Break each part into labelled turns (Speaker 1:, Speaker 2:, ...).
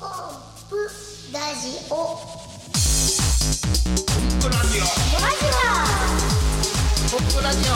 Speaker 1: ップラジオ
Speaker 2: ポップラジオ
Speaker 1: ラジ
Speaker 2: ポップラジオ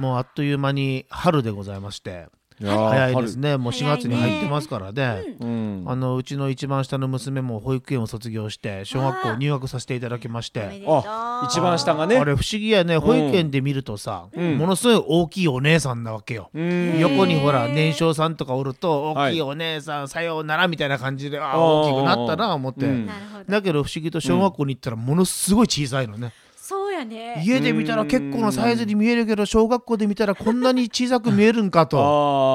Speaker 3: もうあっという間に春でございまして
Speaker 4: いやー
Speaker 3: 早いです。ねもう4月に入ってますからね
Speaker 4: 春うん。
Speaker 3: あのうちの一番下の娘も保育園を卒業して小学校入学させていただきまして
Speaker 4: あ、一番下がね。
Speaker 3: あれ不思議やね保育園で見るとさ、ものすごい大きいお姉さんなわけよ。
Speaker 4: うん。
Speaker 3: 横にほら年少さんとかおると
Speaker 4: は
Speaker 3: 大
Speaker 4: い
Speaker 3: きいお姉さん、さようならみたいな感じであ
Speaker 4: あ
Speaker 3: あ
Speaker 4: ー
Speaker 3: 大きくなったな思って、
Speaker 4: うん
Speaker 5: なるほど
Speaker 3: だけど不思議と小学校に行ったらものすごい小さいのね、
Speaker 5: そうやね
Speaker 3: 家で見たら結構なサイズに見えるけど小学校で見たらこんなに小さく見えるんかと
Speaker 4: ああ。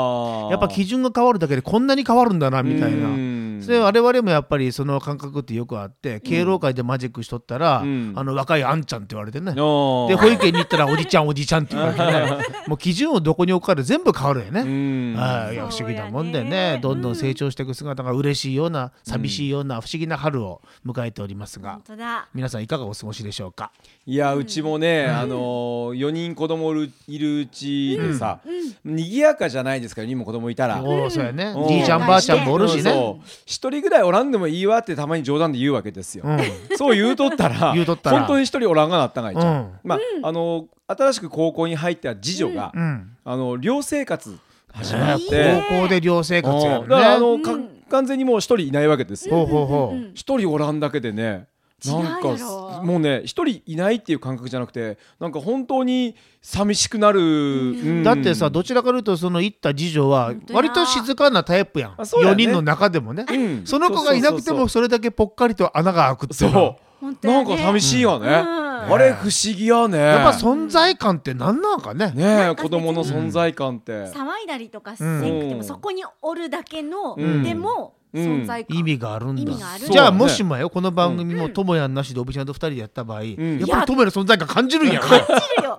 Speaker 3: やっぱ基準が変わるだけでこんなに変わるんだなみたいな。
Speaker 4: な
Speaker 3: それ我々もやっぱりその感覚ってよくあって敬老会でマジックしとったら、
Speaker 4: うん
Speaker 3: あの若いあんちゃんって言われて ね、
Speaker 4: の
Speaker 3: で保育園に行ったらおじちゃんおじちゃんって言われてねもう基準をどこに置くかで全部変わるよね。
Speaker 4: うん。
Speaker 3: はい、いや不
Speaker 5: そ
Speaker 3: 思
Speaker 5: うやね
Speaker 3: 議なもんでねどんどん成長していく姿が嬉しいような寂しいような不思議な春を迎えておりますが
Speaker 5: 本当だ
Speaker 3: 皆さんいかがお過ごしでしょうか
Speaker 4: いやうちもね、あのー、4人子供いるいるうちでさ、賑やかじゃないですか4人も子供いたら。
Speaker 3: おおそうやね
Speaker 4: うん
Speaker 3: じいちゃんばあちゃんもおるしね
Speaker 4: そう一人ぐらいおらんでもいいわってたまに冗談で言うわけですよ。
Speaker 3: う
Speaker 4: そう言うとったら
Speaker 3: 言うとったら
Speaker 4: 本当に一人おらんがなったがいちゃう、
Speaker 3: うん
Speaker 4: まあ、あの新しく高校に入った次女が、
Speaker 3: んうん
Speaker 4: あの寮生活始まって、
Speaker 3: ね高校で寮生活や
Speaker 4: うんだからあ
Speaker 3: るね
Speaker 4: の、か完全にもう一人いないわけですよ
Speaker 3: ほうほうほう
Speaker 4: 一、人おらんだけでねなんか
Speaker 5: 違うやろ
Speaker 4: もうね一人いないっていう感覚じゃなくてなんか本当に寂しくなる、うん
Speaker 3: だってさどちらかというとその行った次女は
Speaker 5: 当や
Speaker 3: 割と静かなタイプやん
Speaker 4: あそうや
Speaker 3: 4
Speaker 4: ね
Speaker 3: 人の中でもね
Speaker 4: うん
Speaker 3: その子がいなくてもそれだけぽっかりと穴が開くって
Speaker 4: そ
Speaker 3: いううのは
Speaker 5: 本当
Speaker 4: なんか
Speaker 5: しい
Speaker 4: 寂しいよね、
Speaker 5: うん
Speaker 4: あれ不思議やね
Speaker 3: やっぱ存在感って何なんかね
Speaker 4: ねえ子供の存在感って、
Speaker 5: 騒いだりとかせんくて
Speaker 4: う
Speaker 5: も
Speaker 4: ん
Speaker 5: そこにおるだけの
Speaker 4: うん
Speaker 5: でも
Speaker 4: うん
Speaker 5: 存在感
Speaker 3: 意味があるん
Speaker 5: 意
Speaker 3: だ
Speaker 5: 味がある
Speaker 3: じゃあ
Speaker 4: そうだね
Speaker 3: もしもよこの番組もともやんなしでおびちゃんと2人でやった場合やっ
Speaker 4: ん
Speaker 3: ぱりともやの存在感感じるんやろね
Speaker 5: 感じる よ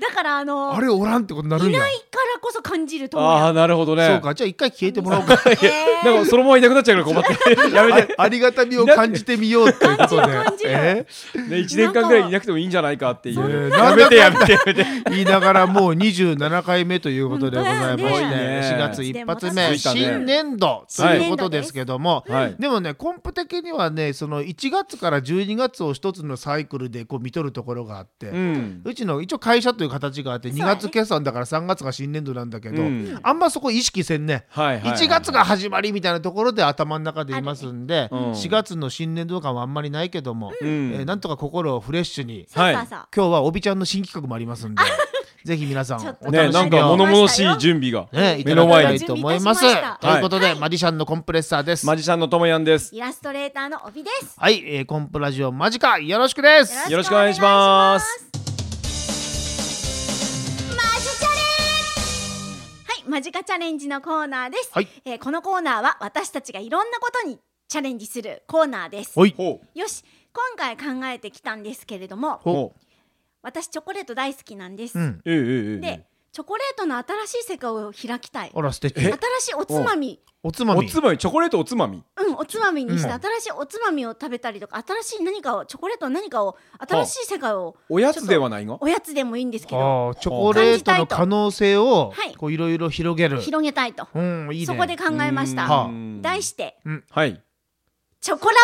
Speaker 5: だからあの
Speaker 3: あれおらんってことになるん
Speaker 5: い
Speaker 3: や
Speaker 5: ないからこそ感じると
Speaker 4: あ
Speaker 5: 思
Speaker 4: あ
Speaker 5: う
Speaker 4: なるほどね
Speaker 3: そうかじゃあ一回消えてもらおうか
Speaker 4: なんかそのままいなくなっちゃうから困って やめて
Speaker 3: ありがたみを感じてみようっていうことで
Speaker 5: 感じる
Speaker 3: え
Speaker 4: ね1年間ぐらいいなくてもいいんじゃないかってい
Speaker 3: え
Speaker 4: う
Speaker 3: ー
Speaker 4: やめてやめてやめて
Speaker 3: 言いながらもう27回目ということでございまして
Speaker 5: 本当
Speaker 4: やね
Speaker 3: 4月一発目
Speaker 4: いつでも楽しみ
Speaker 3: 新年度ということですけども
Speaker 4: はい
Speaker 3: でもねコンプ的にはねその1月から12月を一つのサイクルでこう見とるところがあって
Speaker 4: うん
Speaker 3: うちの一応会社という形があって2月決算だから3月が新年度なんだけど、
Speaker 4: うん
Speaker 3: あんまそこ意識せんね、
Speaker 4: はいはい
Speaker 3: 1月が始まりみたいなところで頭の中でいますんで、
Speaker 4: うん
Speaker 3: 4月の新年度感はあんまりないけども、
Speaker 4: うん
Speaker 3: えーなんとか心をフレッシュに
Speaker 5: そう
Speaker 4: はい
Speaker 5: そうそう
Speaker 3: 今日はおびちゃんの新企画もありますんで ぜひ皆さん
Speaker 5: ちょっと
Speaker 3: お
Speaker 4: ね
Speaker 3: 楽
Speaker 4: な
Speaker 3: し
Speaker 4: ん
Speaker 3: み
Speaker 4: か
Speaker 3: を、
Speaker 4: 物々しい準備が
Speaker 3: ね、いただ
Speaker 4: 目の
Speaker 3: き
Speaker 4: 前
Speaker 3: た
Speaker 4: に
Speaker 3: いと思います。
Speaker 5: 準備いたしました
Speaker 3: ということで、マディシャンのコンプレッサーです。
Speaker 4: マジシャンのともやんです
Speaker 5: イラストレーターの帯です
Speaker 3: はい、えーコンプラジオ間近よろしくです。
Speaker 4: よろしくお願いします
Speaker 1: オマジチャレ
Speaker 5: はい、マジカチャレンジのコーナーです。
Speaker 3: はい
Speaker 5: えーこのコーナーは私たちがいろんなことにチャレンジするコーナーです。
Speaker 3: ほい
Speaker 4: ほう
Speaker 5: よし、今回考えてきたんですけれども、
Speaker 4: ほ
Speaker 5: 私チョコレート大好きなんです。
Speaker 3: うん
Speaker 4: うええええええ
Speaker 5: で、チョコレートの新しい世界を開きたい。
Speaker 3: あら素敵
Speaker 5: 新しいおつまみ、
Speaker 3: おつま
Speaker 4: お
Speaker 3: み
Speaker 4: つまみチョコレートおつまみ
Speaker 5: うん、おつまみにして、
Speaker 3: うん
Speaker 5: 新しいおつまみを食べたりとか、新しい何かを、チョコレートの何かを、新しい世界を、
Speaker 4: おやつではないが
Speaker 5: おやつでもいいんですけど、
Speaker 3: ああチョコレートの可能性を
Speaker 5: はい
Speaker 3: こういろいろ広げる、
Speaker 5: 広げたいと。
Speaker 3: うんいいね
Speaker 5: そこで考えまし
Speaker 3: う
Speaker 5: た。
Speaker 3: んはあ
Speaker 5: 題して、
Speaker 4: はい
Speaker 5: チョコラ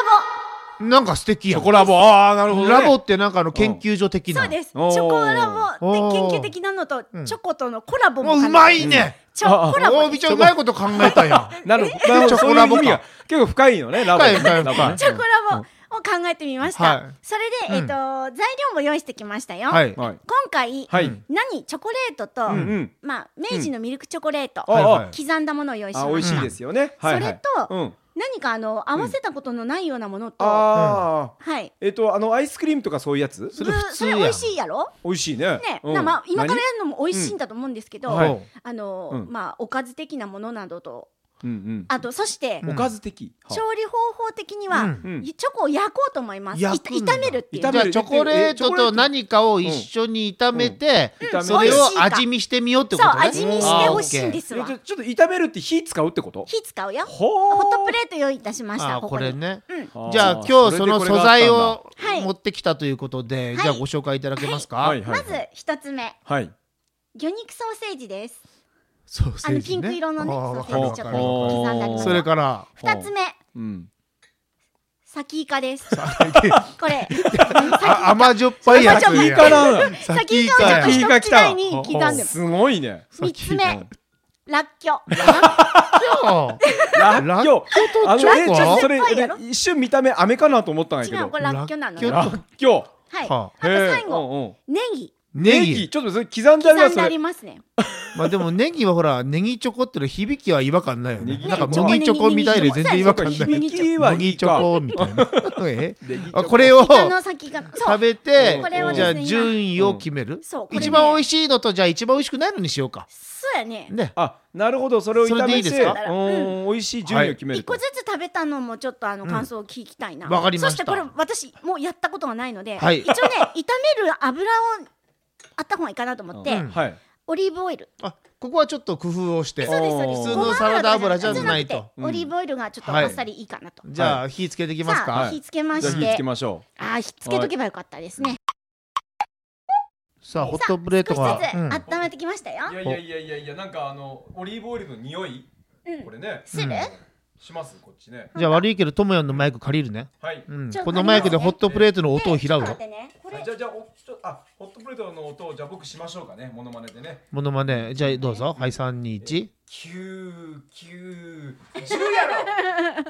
Speaker 3: なんか素敵
Speaker 4: チ
Speaker 3: や
Speaker 4: ョ
Speaker 3: ん
Speaker 4: コラボああなるほどね
Speaker 3: ラボってなんかあの研究所的
Speaker 5: ボ。
Speaker 3: な
Speaker 5: そうです。チ
Speaker 4: おー
Speaker 5: ョコラボで
Speaker 3: おー
Speaker 5: 研究的なのと、チ
Speaker 3: うん
Speaker 5: ョコとのコラボも
Speaker 3: もうう
Speaker 5: 兼ねて
Speaker 3: まいね、
Speaker 5: チョコラボ
Speaker 3: おびちゃんうまいこと考えたやん
Speaker 4: なるほどなるほど
Speaker 3: チョ
Speaker 4: そ
Speaker 3: コ
Speaker 4: う
Speaker 3: ラ
Speaker 4: い
Speaker 3: ボ
Speaker 4: う
Speaker 3: か
Speaker 4: 意味が結構深いよねラボ
Speaker 3: 深い深い深い
Speaker 4: ラボね
Speaker 5: チョコラボを考えてみました、
Speaker 3: はい
Speaker 5: それで、えっと材料も用意してきましたよ、
Speaker 3: はい
Speaker 4: はい
Speaker 5: 今回、
Speaker 4: はい
Speaker 5: 何チョコレートと、
Speaker 4: うんうん
Speaker 5: まあ、明治のミルクチョコレート、
Speaker 4: あ
Speaker 3: はいはい
Speaker 4: あ
Speaker 5: 刻んだものを用意し
Speaker 4: あ
Speaker 5: ました
Speaker 4: 美味しいですよねはいはい
Speaker 5: それと
Speaker 4: うん
Speaker 5: 何かあの合わせたことのないようなものと、は
Speaker 4: ああ
Speaker 5: い
Speaker 4: えっとあのアイスクリームとかそういうやつ
Speaker 3: それ普通
Speaker 5: それ
Speaker 3: やん
Speaker 5: 美味しいやろ
Speaker 4: 美味しいね
Speaker 5: ね、
Speaker 4: うん
Speaker 5: なまあ今からやるのも美味しいんだと思うんですけど、
Speaker 4: 何はい
Speaker 3: おう
Speaker 5: あの、
Speaker 4: うん
Speaker 5: まあおかず的なものなどと
Speaker 4: 何うん
Speaker 5: あとそして、
Speaker 4: うんおかず的は
Speaker 5: 調理方法的には、
Speaker 3: うん
Speaker 4: うん
Speaker 5: チョコを焼こうと思います。い
Speaker 3: 焼くんだ
Speaker 5: 炒めるっていう。
Speaker 4: 炒
Speaker 3: じ
Speaker 4: め
Speaker 3: ゃあ
Speaker 4: る
Speaker 3: チョコレートと何かを一緒に炒めて、
Speaker 4: うんうん
Speaker 3: それを味見してみようってこ
Speaker 5: そう
Speaker 3: とね
Speaker 5: 味見してほしいんですす
Speaker 4: え
Speaker 5: わ
Speaker 4: ち。ょちょっと炒めるって火使うってこと
Speaker 5: 火使うよ。ホ
Speaker 4: ほー
Speaker 5: ットプレート用意いたしまし
Speaker 3: あ
Speaker 5: た。
Speaker 3: ー
Speaker 5: こ
Speaker 3: こ
Speaker 5: こ
Speaker 3: れ
Speaker 5: に。
Speaker 3: ね
Speaker 5: うん。
Speaker 3: じゃあ今日その素材を
Speaker 5: はい
Speaker 3: 持ってきたということで、じゃあご紹介いただけますか、
Speaker 4: はいはい
Speaker 5: まず一つ目、
Speaker 4: はい
Speaker 5: 魚肉ソーセージです。
Speaker 3: そう
Speaker 5: あのピンク色のね
Speaker 3: あーわかる
Speaker 5: ソー
Speaker 3: わ
Speaker 5: セージ
Speaker 3: か
Speaker 5: ち
Speaker 3: る
Speaker 5: ょっ
Speaker 3: わかる
Speaker 5: と刻んであります
Speaker 3: それから
Speaker 5: 二つ目
Speaker 4: うん
Speaker 5: サキイカですこれ
Speaker 3: あ甘じょっぱいやつ
Speaker 5: 甘じ
Speaker 4: ょっぱいかな
Speaker 3: さ
Speaker 5: サ
Speaker 3: っ
Speaker 5: キ
Speaker 3: き
Speaker 5: イ
Speaker 3: い
Speaker 5: カをちょっ
Speaker 3: か
Speaker 4: 先イ
Speaker 5: と 一
Speaker 4: カ
Speaker 5: 口
Speaker 4: 来た
Speaker 5: 大に刻んでます
Speaker 4: すごいね
Speaker 5: 三つ目ラッキョ
Speaker 3: よ
Speaker 4: ラ
Speaker 3: ラ
Speaker 4: ッ
Speaker 3: ッ
Speaker 4: キ
Speaker 3: キ
Speaker 4: ョあの
Speaker 3: チョコ
Speaker 4: えちょっとそれ
Speaker 5: 酸っぱいやろ
Speaker 4: 一瞬見た目飴かなと思ったんやけ
Speaker 5: 違う
Speaker 4: ど
Speaker 5: これラッキョなのよ
Speaker 3: ラ
Speaker 5: は
Speaker 4: ラ
Speaker 5: い
Speaker 4: ッキョ
Speaker 5: あ
Speaker 3: は
Speaker 5: と最後
Speaker 4: 後
Speaker 5: ネギ
Speaker 4: ネ
Speaker 3: ネ
Speaker 4: ギ
Speaker 3: ギ
Speaker 4: ちょっとそれ刻んでありま
Speaker 5: 刻ん
Speaker 4: す
Speaker 5: で
Speaker 4: そ
Speaker 5: あ
Speaker 4: れ
Speaker 5: りますね
Speaker 3: まあでもネギはほらネギチョコっての響きは違和感ないよ
Speaker 4: ネ
Speaker 3: ね
Speaker 4: ギ
Speaker 3: なんか
Speaker 4: チョコ
Speaker 3: 麦チョコみたいで全然違和感な
Speaker 5: そ
Speaker 4: そ
Speaker 5: っ
Speaker 4: う
Speaker 5: か
Speaker 3: い
Speaker 5: ネギ
Speaker 4: 響きはい
Speaker 3: 麦
Speaker 4: い
Speaker 3: チ
Speaker 4: か
Speaker 3: ョコみたいなえ
Speaker 4: ネギチョコ
Speaker 3: あこれを
Speaker 5: イカのサキイカのそ
Speaker 3: 食
Speaker 5: う
Speaker 3: べて
Speaker 5: これをです
Speaker 3: じゃ
Speaker 5: ね
Speaker 3: あ順位を決める
Speaker 5: そうこれね
Speaker 3: 一番美味しいのとじゃあ一番美味しくないのにしようか
Speaker 5: そうやね
Speaker 3: ね
Speaker 4: あなるほどそれを炒
Speaker 3: それでい
Speaker 4: め
Speaker 3: いで
Speaker 4: て
Speaker 3: すか
Speaker 4: うん美味しい順位を決める
Speaker 5: 一
Speaker 4: と
Speaker 5: 個ずつ食べたのもちょっとあの感想を聞きたいな。
Speaker 3: わかりました
Speaker 5: そしてこれ私もうやったことがないので、
Speaker 3: はい
Speaker 5: 一応ね炒める油をあった方がいいかなと思って、
Speaker 3: うん
Speaker 4: はい
Speaker 5: オリーブオイル。
Speaker 3: あここはちょっと工夫をして
Speaker 5: そうですそうです。
Speaker 4: 普通
Speaker 3: の
Speaker 5: ごま
Speaker 3: サラダ油
Speaker 5: とか
Speaker 3: じゃないと
Speaker 5: じゃなくてオリーブオイルがちょっと
Speaker 3: はい
Speaker 5: あっさりいいかなと。
Speaker 3: じゃ
Speaker 4: は
Speaker 3: あ火つけていきます
Speaker 5: さあ
Speaker 3: か
Speaker 5: 火つけま
Speaker 4: じゃあ
Speaker 5: し
Speaker 4: 火つけ
Speaker 5: て、
Speaker 4: ましょ
Speaker 5: あー火つけとけばよかったですね。
Speaker 3: さあホットプレート
Speaker 5: 少し
Speaker 3: がうん
Speaker 5: ずつ温めてきましたよ。
Speaker 4: ういやいやいやいやいやなんかあのオリーブオイルの匂いこれね
Speaker 5: する？
Speaker 4: しますこっちね
Speaker 3: じゃあ悪いけどトムヤンのマイク借りるね
Speaker 4: はい
Speaker 3: うん
Speaker 5: ちょっと
Speaker 3: このマイクでホットプレートの音を
Speaker 5: で
Speaker 3: 拾
Speaker 5: ちょっ
Speaker 3: う
Speaker 5: と待
Speaker 3: よ
Speaker 5: ってね。これ
Speaker 4: じゃあじゃあおちょあホットプレートの音をじゃあ僕しましょうかねモノマネでね
Speaker 3: モノマネじゃあどうぞはい321
Speaker 4: キューキ ュー十やろ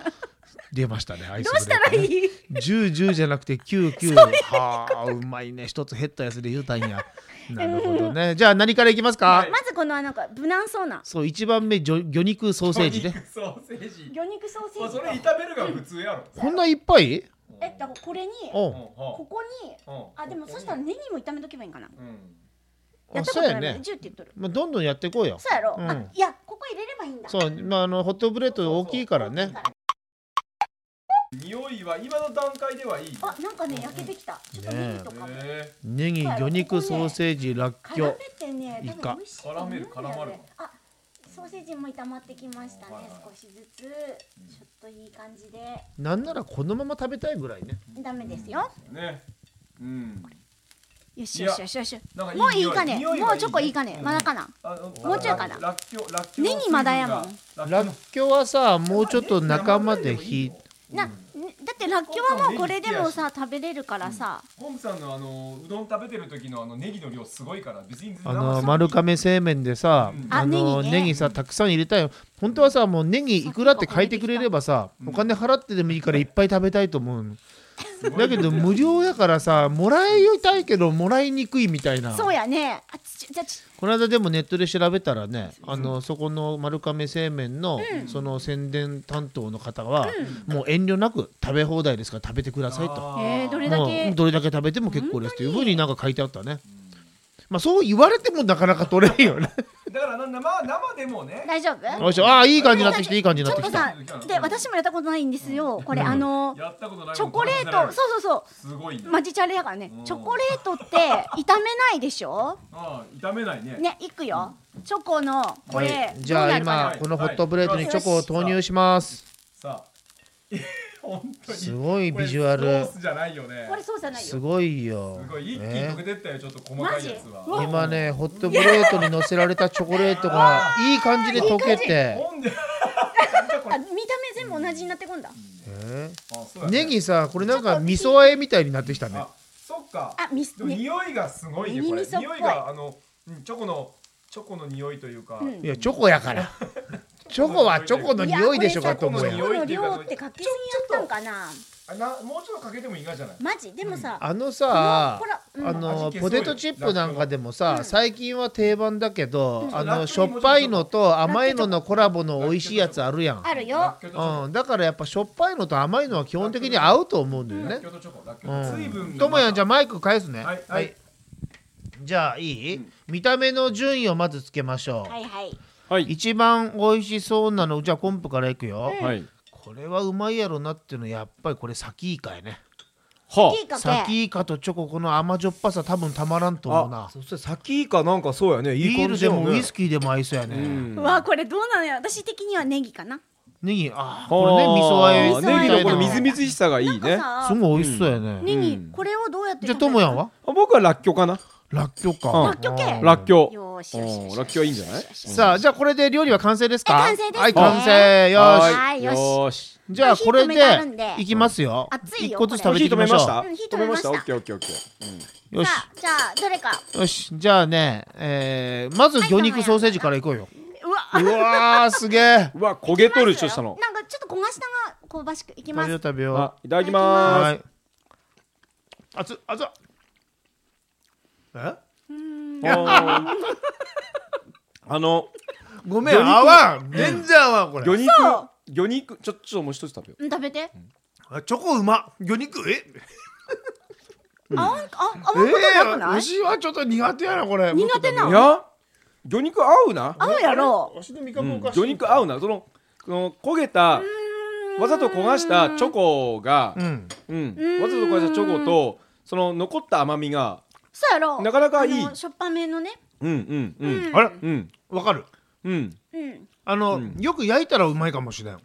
Speaker 3: 出ましたねアイス
Speaker 5: どうしたらいい？
Speaker 3: 10、10じゃなくて9、9。はあ、うまいね。一つ減ったやつで言うたん や。なるほどね。じゃあ何からいきますか、
Speaker 4: はい
Speaker 5: まずこのなんか無難そうな
Speaker 3: そう、一番目、魚魚肉ソーセージね。
Speaker 4: ソーセージ
Speaker 5: 魚肉ソーセ
Speaker 4: ま
Speaker 5: ー
Speaker 4: あ
Speaker 5: ジ
Speaker 4: それ
Speaker 5: と。
Speaker 4: 炒めるが普通やろ
Speaker 3: こんないっぱい
Speaker 5: えだからこれに
Speaker 3: お
Speaker 4: うん
Speaker 3: う
Speaker 5: ここに。
Speaker 4: うん
Speaker 5: あでもそしたらネギも炒めとけばいいんかな。
Speaker 4: うん
Speaker 3: あ
Speaker 5: やったこ
Speaker 3: そ
Speaker 5: と
Speaker 3: う
Speaker 5: ない
Speaker 3: や
Speaker 5: ね
Speaker 3: ね。。
Speaker 5: 10って言っとる。
Speaker 3: まあ、どんどんやっていこうよ。
Speaker 5: そうやろ。
Speaker 3: うん
Speaker 5: あいやここ入れればいいんだ。
Speaker 3: そう、まあ、あの、ホットプレート大きいからね。
Speaker 4: 匂いは今の段階ではいい
Speaker 5: あなんかね焼けてきた。ちょっとネギとかも。
Speaker 4: へ
Speaker 3: ネギ、魚肉ソーセージ、らっき
Speaker 5: 絡め
Speaker 3: ょ
Speaker 5: てね
Speaker 3: イ
Speaker 5: 多
Speaker 3: カ
Speaker 5: 分美味しいと思うんだよね。
Speaker 4: 絡める絡まるの
Speaker 5: あソーセージも炒まってきましたね
Speaker 4: はいはい。
Speaker 5: 少しずつちょっといい感じで
Speaker 3: う。なんならこのまま食べたいぐらいね。
Speaker 5: ダメですよ。
Speaker 4: えねうん
Speaker 5: よしよしよしよし。
Speaker 4: なんか
Speaker 5: もういいかね。
Speaker 4: 匂いが
Speaker 5: もうチョコいいかね
Speaker 4: う。ん
Speaker 5: まだかな。
Speaker 4: あの
Speaker 5: もうちょいかな
Speaker 4: らっきょうらっきょう
Speaker 5: ネギまだやもん
Speaker 4: らっきょ
Speaker 3: ら
Speaker 4: う
Speaker 3: っ
Speaker 4: の
Speaker 3: きょはさ、もうちょっと仲間で火。
Speaker 5: なだってらっきょうはもうこれでもさ食べれるからさ。
Speaker 4: ホームさんのあのうどん食べてる時のあのネギの量すごいから別に
Speaker 3: あの丸亀製麺でさ、
Speaker 4: うん
Speaker 5: あ
Speaker 3: あの
Speaker 5: ネギ
Speaker 3: ネ
Speaker 5: ね
Speaker 3: ギさたくさん入れたいよ本当はさもうネギいくらって書いてくれればさお金払ってでもいいからいっぱい食べたいと思うのだけど無料やからさもらいたいけどもらいにくいみたいな
Speaker 5: そうやね。あちょじゃあち
Speaker 3: この間でもネットで調べたらねあのそこの丸亀製麺のその宣伝担当の方はもう遠慮なく食べ放題ですから食べてくださいと
Speaker 5: ょえーどれだ
Speaker 3: う
Speaker 5: け
Speaker 3: ん、。どれだけ食べても結構ですというふうになんか書いてあったねまあそう言われてもなかなか取れんよね
Speaker 4: だからなんだまあ生でもね
Speaker 5: 大丈夫？
Speaker 3: よいしょああいい感じになってきていい感じに
Speaker 5: ち
Speaker 3: な
Speaker 5: ょ
Speaker 3: っ
Speaker 5: ってと
Speaker 3: きた
Speaker 5: さ、で私もやったことないんですよ。これあの
Speaker 4: やったことない
Speaker 5: チョコレート、そううそう
Speaker 4: すごいね
Speaker 5: そう、マジチャレやからね
Speaker 4: う。ん
Speaker 5: チョコレートって炒めないでしょ？
Speaker 4: ああ炒めないね
Speaker 5: ね、いくよ。チョコのこ
Speaker 3: は
Speaker 5: れ
Speaker 3: い、じゃ
Speaker 5: ど
Speaker 3: あ
Speaker 5: うなるかな
Speaker 3: 今このホットプレートにチョコを投入します
Speaker 4: さあ 本当に
Speaker 3: すごいビジュアル
Speaker 4: これソースじゃないよね
Speaker 5: これそうじゃない
Speaker 3: す
Speaker 5: よ。
Speaker 3: ごいよ
Speaker 4: すごい一気に
Speaker 3: ね
Speaker 4: 溶けてったよちょっと細かいやつは
Speaker 5: マジうわ
Speaker 3: 今ねホットプレートに乗せられたチョコレートがいい感じで溶けて
Speaker 4: ほんで
Speaker 5: あ、見た目全部同じになってこんだ。
Speaker 3: え
Speaker 4: あそう
Speaker 3: ー
Speaker 4: やね
Speaker 3: ネギさこれなんか味噌あえみたいになってきたね
Speaker 4: あそっか
Speaker 5: あみす
Speaker 4: でも
Speaker 5: ね
Speaker 4: 匂いがすごいね
Speaker 5: ミ
Speaker 4: こ
Speaker 5: ニ
Speaker 4: れ
Speaker 5: 味噌っぽ
Speaker 4: 匂
Speaker 5: い
Speaker 4: いがあのうんチョコのチョコの匂いというか、
Speaker 5: うん
Speaker 3: いやチョコやからチョコはチョコの匂いでしょかと
Speaker 5: こ
Speaker 3: 思
Speaker 5: の
Speaker 3: う
Speaker 4: や
Speaker 3: よ
Speaker 5: 量ってかけすぎやったんかな。
Speaker 4: あなもうちょっとかけてもいいかじゃない
Speaker 5: マジでもさ、
Speaker 3: あの
Speaker 5: この
Speaker 3: さ
Speaker 5: ほら、うん
Speaker 3: あの
Speaker 4: 味消そうよ
Speaker 3: ポテトチップなんかでもさ最近は定番だけどあ
Speaker 4: ラッ
Speaker 3: の
Speaker 4: キ
Speaker 3: し
Speaker 4: ョ
Speaker 3: ょ
Speaker 4: にも
Speaker 3: っぱいのと甘いののコラボの美味しいやつあるやん
Speaker 5: あ
Speaker 4: ラ
Speaker 5: るよ
Speaker 4: ッ。キョとチョコ
Speaker 3: うん、だからやっぱしょっぱいのと甘いのは基本的に合うと思うんだよ
Speaker 4: ラッ
Speaker 3: ね
Speaker 4: キ。ョとチョコラッキョ水
Speaker 3: う
Speaker 4: 分
Speaker 3: ん。
Speaker 4: が
Speaker 3: ともやんじゃあ
Speaker 4: ん
Speaker 3: マイク返すね。
Speaker 4: はいはい
Speaker 3: じゃあいい、
Speaker 4: うん
Speaker 3: 見た目の順位をまずつけましょう。
Speaker 5: はいはい。
Speaker 4: は
Speaker 3: 一番美味しそうなのじゃあコンプからいくよ、
Speaker 4: はい
Speaker 3: これはうまいやろなっていうのはやっぱりこれサキイカやね
Speaker 4: はい
Speaker 5: いか
Speaker 3: サ
Speaker 5: け。
Speaker 3: キイカとチョコこの甘じょっぱさ多分たまらんと思うな
Speaker 6: そして先かなんかそうやねいい
Speaker 3: ビー
Speaker 6: 感
Speaker 3: ル
Speaker 6: じ
Speaker 3: で
Speaker 6: やね
Speaker 3: もウイスキーでも合いそうやね、
Speaker 5: うわ、これどうなのよ。私的にはネギかな。
Speaker 3: ネギあーこれね味噌あえ
Speaker 5: 味噌あえ
Speaker 4: ネギのこの
Speaker 5: の
Speaker 4: みずみずしさがいいね
Speaker 5: さ
Speaker 3: すごい美味しそうやね、
Speaker 5: ネギこれをどうやって
Speaker 3: じゃあともやんは
Speaker 4: 僕はラッキョかな
Speaker 3: らっきょうか。
Speaker 4: うん
Speaker 5: らっきょう系
Speaker 3: あー
Speaker 4: らっきょう
Speaker 5: よーしよしよしよ
Speaker 4: う
Speaker 5: し
Speaker 4: んらっきょういいんじゃない
Speaker 3: さあ、じゃあこれで料理は完成ですか
Speaker 5: はい完成です
Speaker 3: はい、完成。よ
Speaker 4: は
Speaker 3: し。
Speaker 5: はいよし
Speaker 4: よし
Speaker 3: じゃあこれ
Speaker 5: 火止めてあるん
Speaker 3: で
Speaker 5: で
Speaker 3: いきますよ。
Speaker 5: 熱いよ
Speaker 3: 一個ずつ食べてい
Speaker 4: 火
Speaker 3: き
Speaker 4: 止め
Speaker 3: まし
Speaker 4: ま
Speaker 3: ょ
Speaker 4: した
Speaker 5: うん火止めました
Speaker 4: オッケーオッケーオッケーうん
Speaker 3: う。よし
Speaker 5: さ。あじゃあどれか
Speaker 3: よし。じゃあね、えーまず魚肉ソーセージからいこうよ。
Speaker 5: うわ
Speaker 3: うわー、すげえ。
Speaker 4: うわ焦げとるちょしたの
Speaker 5: なんかちょっと焦がしたが香ばしくいきま
Speaker 3: 食べ
Speaker 5: す
Speaker 3: よう食べよ
Speaker 4: あ
Speaker 3: う。
Speaker 4: いただきま
Speaker 3: は
Speaker 4: す
Speaker 3: い。熱っ、熱っ。え
Speaker 4: あー あの
Speaker 3: ごめん、合わん。全然合わん、こ
Speaker 4: 魚
Speaker 3: れ。
Speaker 4: 肉魚肉ちょちょっともう一つ食べよ
Speaker 5: うん食べて
Speaker 3: あチョコうま。魚肉、え
Speaker 5: あわんああ
Speaker 3: え
Speaker 5: わんことなく
Speaker 3: ー、
Speaker 5: ない
Speaker 3: 牛はちょっと苦手やな、これ。
Speaker 5: 苦手な
Speaker 4: う
Speaker 5: の
Speaker 4: いや魚肉合うな
Speaker 5: 合うやろ
Speaker 3: わしの味覚おかしい。
Speaker 4: 魚肉合うなそのこの焦げたわざと焦がしたチョコが
Speaker 3: うん。
Speaker 4: うん
Speaker 5: ーん
Speaker 4: わざと焦がしたチョコとその残った甘みが
Speaker 5: そうやろ
Speaker 4: なかなかいい
Speaker 5: あのしょっぱめのね
Speaker 4: うんうんう
Speaker 5: うんん
Speaker 3: あれ
Speaker 4: うん
Speaker 3: わかる。
Speaker 4: うん
Speaker 5: うん
Speaker 3: あの、
Speaker 4: うん
Speaker 3: よく焼いたらうまいかもしれん。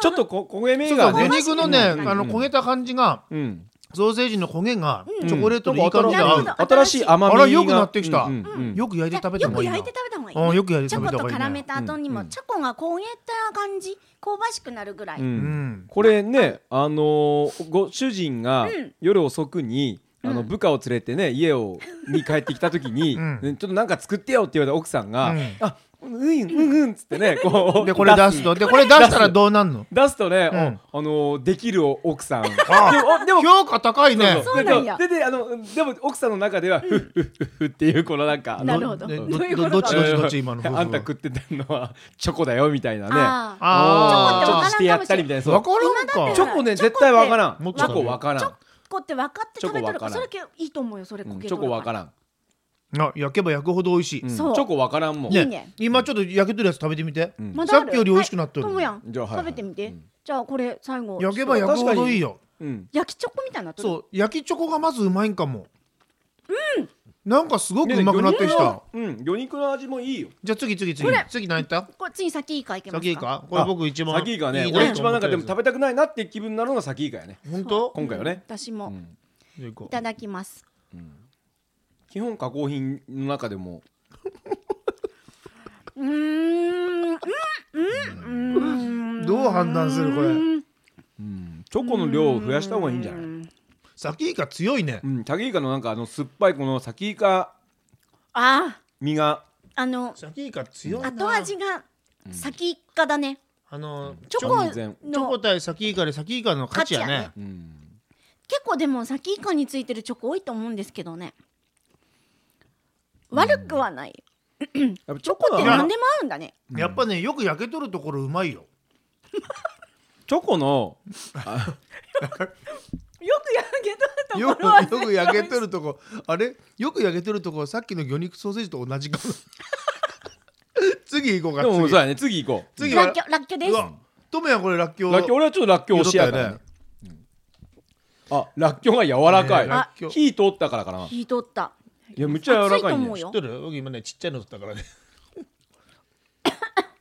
Speaker 4: ちょっとこ焦げ目
Speaker 3: そうそう、
Speaker 4: が
Speaker 3: 魚
Speaker 4: ね
Speaker 3: 肉のね、
Speaker 4: うん
Speaker 3: あの
Speaker 4: うん
Speaker 3: 焦げた感じが、
Speaker 4: うん
Speaker 3: ソーセージの焦げが、
Speaker 4: ん
Speaker 3: チョコレートのいい感じで合
Speaker 5: なるほ
Speaker 3: う
Speaker 5: ど。
Speaker 4: 新しい甘みが
Speaker 3: あらよくなってきた
Speaker 4: うんうん
Speaker 3: よく焼いて食べ
Speaker 5: じ
Speaker 3: た
Speaker 5: ゃあ
Speaker 3: 方が
Speaker 5: よく
Speaker 3: いいな。
Speaker 5: 焼いて食べた方がいい
Speaker 3: あ
Speaker 5: ね
Speaker 3: よく焼いて
Speaker 5: チ
Speaker 3: 食
Speaker 5: ョ
Speaker 3: べ
Speaker 5: コ
Speaker 3: た
Speaker 5: と
Speaker 3: 方がいい
Speaker 5: 絡め
Speaker 3: ね。
Speaker 5: た後に
Speaker 4: う
Speaker 5: も
Speaker 4: ん
Speaker 5: チョコが焦げた感じ香ばしくなるぐらい、
Speaker 4: うん
Speaker 3: うん。
Speaker 4: これねあのーご主人が
Speaker 5: うん
Speaker 4: 夜遅くにあの部下を連れてね家をに帰ってきた時に
Speaker 3: うん
Speaker 4: ねちょっとなんか作ってよって言われた奥さんが
Speaker 3: うん
Speaker 4: あうんうんうんっつってねこう
Speaker 3: でこれ出すと、でこれ出したらどうなんの？
Speaker 4: 出すとね、
Speaker 3: うん
Speaker 4: おあのーできる奥さんでも
Speaker 3: あ
Speaker 4: おでも
Speaker 3: 評価高いね。
Speaker 5: そうなんや
Speaker 4: ででであのでも奥さんの中ではふふふふっていうこのなんかあの
Speaker 5: なるほど
Speaker 3: でど
Speaker 5: どういうこ
Speaker 3: ど
Speaker 5: と
Speaker 3: どっちどっち
Speaker 4: うん
Speaker 3: どっち今の夫婦は
Speaker 4: あんた食ってたのはチョコだよみたいなね
Speaker 5: ああ
Speaker 3: あ
Speaker 5: ち
Speaker 4: ち
Speaker 5: ょ
Speaker 4: ょ
Speaker 5: こ
Speaker 4: っと
Speaker 5: っと
Speaker 4: してやったりみたいなそう
Speaker 3: わからん
Speaker 4: チ
Speaker 3: か。
Speaker 4: ョコね絶対わからん
Speaker 3: もう
Speaker 4: チ
Speaker 3: ちょっと
Speaker 4: ョコわからん
Speaker 5: チョこうって分かって食べとるから
Speaker 4: チョコ
Speaker 5: そ
Speaker 4: わ
Speaker 5: れいいと思うよそれ
Speaker 4: う
Speaker 5: 焦
Speaker 4: ん
Speaker 5: げ
Speaker 4: チョコわかららん
Speaker 3: あ焼けば焼くほど美味しい。
Speaker 4: うんチ
Speaker 5: そう
Speaker 4: ョコわからんもん
Speaker 5: いい
Speaker 4: ね
Speaker 5: ね
Speaker 3: 今ちょっと焼けてるやつ食べてみて。
Speaker 4: ん
Speaker 5: まだあ
Speaker 3: さ
Speaker 5: る
Speaker 3: っきより美味しくなっと
Speaker 5: と
Speaker 3: る。
Speaker 5: もやん
Speaker 4: じゃあはい
Speaker 5: 食べてみて、
Speaker 4: うん
Speaker 5: じゃあこれ最後
Speaker 3: 焼けば
Speaker 5: ちょっ
Speaker 3: 焼くほどいいよ。
Speaker 4: うん
Speaker 5: と焼きチョコみたいになっとる
Speaker 3: そう焼きチョコがまずうまいんかも。うん。なんかすごくうまくなってき
Speaker 4: ね
Speaker 3: た。
Speaker 4: 魚肉のうん魚肉の味もいいよ
Speaker 3: じゃあ次次次
Speaker 5: これ
Speaker 3: 次何やった？
Speaker 5: これ次先いいかいけますか
Speaker 3: 先いいか？これ僕一番
Speaker 4: 先イカね
Speaker 3: いいな
Speaker 4: 俺
Speaker 3: と
Speaker 4: 一
Speaker 3: 思
Speaker 4: 番
Speaker 3: っ
Speaker 4: なん
Speaker 3: た
Speaker 4: か
Speaker 3: やつ
Speaker 4: でも食べたくないなって気分になるのが先イカやね
Speaker 3: 本当？
Speaker 4: 今回はね
Speaker 5: 私も、
Speaker 4: うん
Speaker 3: じゃあ行こう
Speaker 5: いただきます
Speaker 4: 基本加工品の中でも
Speaker 5: うーんうんうんうん
Speaker 3: どう判断するこれ
Speaker 4: うんチョコの量を増やした方がいいんじゃない
Speaker 3: 先イカ強いね
Speaker 4: うん先イカのなんかあの酸っぱいこの先イカ
Speaker 5: あ
Speaker 4: 身が
Speaker 5: ーあの
Speaker 3: 先イカ強いな
Speaker 5: 後味が先っかだね、
Speaker 3: あのチ
Speaker 5: チョ
Speaker 4: 全然
Speaker 5: コ
Speaker 3: ョコ
Speaker 5: の
Speaker 3: 対先イカで先イカの価値やね
Speaker 5: 勝
Speaker 4: うん
Speaker 5: 結構でも先以下についてるチョコ多いと思うんですけどね悪くはない、
Speaker 4: やっぱチョコ
Speaker 5: で
Speaker 4: の
Speaker 5: 何でも合うんだね
Speaker 3: やっぱねよく焼けとるところうまいよ
Speaker 4: チョコの
Speaker 5: よく焼 けと
Speaker 3: よくよく焼けとるとこあれよく焼けとるとこさっきの魚肉ソーセージと同じ かな次行こう
Speaker 4: で
Speaker 3: か
Speaker 4: も
Speaker 3: 次
Speaker 4: そうやね次行こう
Speaker 3: 次
Speaker 5: ラッ
Speaker 3: は
Speaker 5: キョラッキョです
Speaker 3: うわトメやこれらっきょう
Speaker 4: らっきょう俺はちょっとらっきょう推しやからね
Speaker 3: よ
Speaker 4: うんあらっきょうが柔らかい、
Speaker 3: ねらっきょう
Speaker 4: 火通ったからかな
Speaker 5: 引いとった
Speaker 4: いやむっちゃ柔
Speaker 5: 熱
Speaker 4: ら
Speaker 5: いと
Speaker 4: かい
Speaker 5: 思う
Speaker 4: ね
Speaker 5: よ
Speaker 3: 知っとる僕今ねちっちゃいの取ったか らね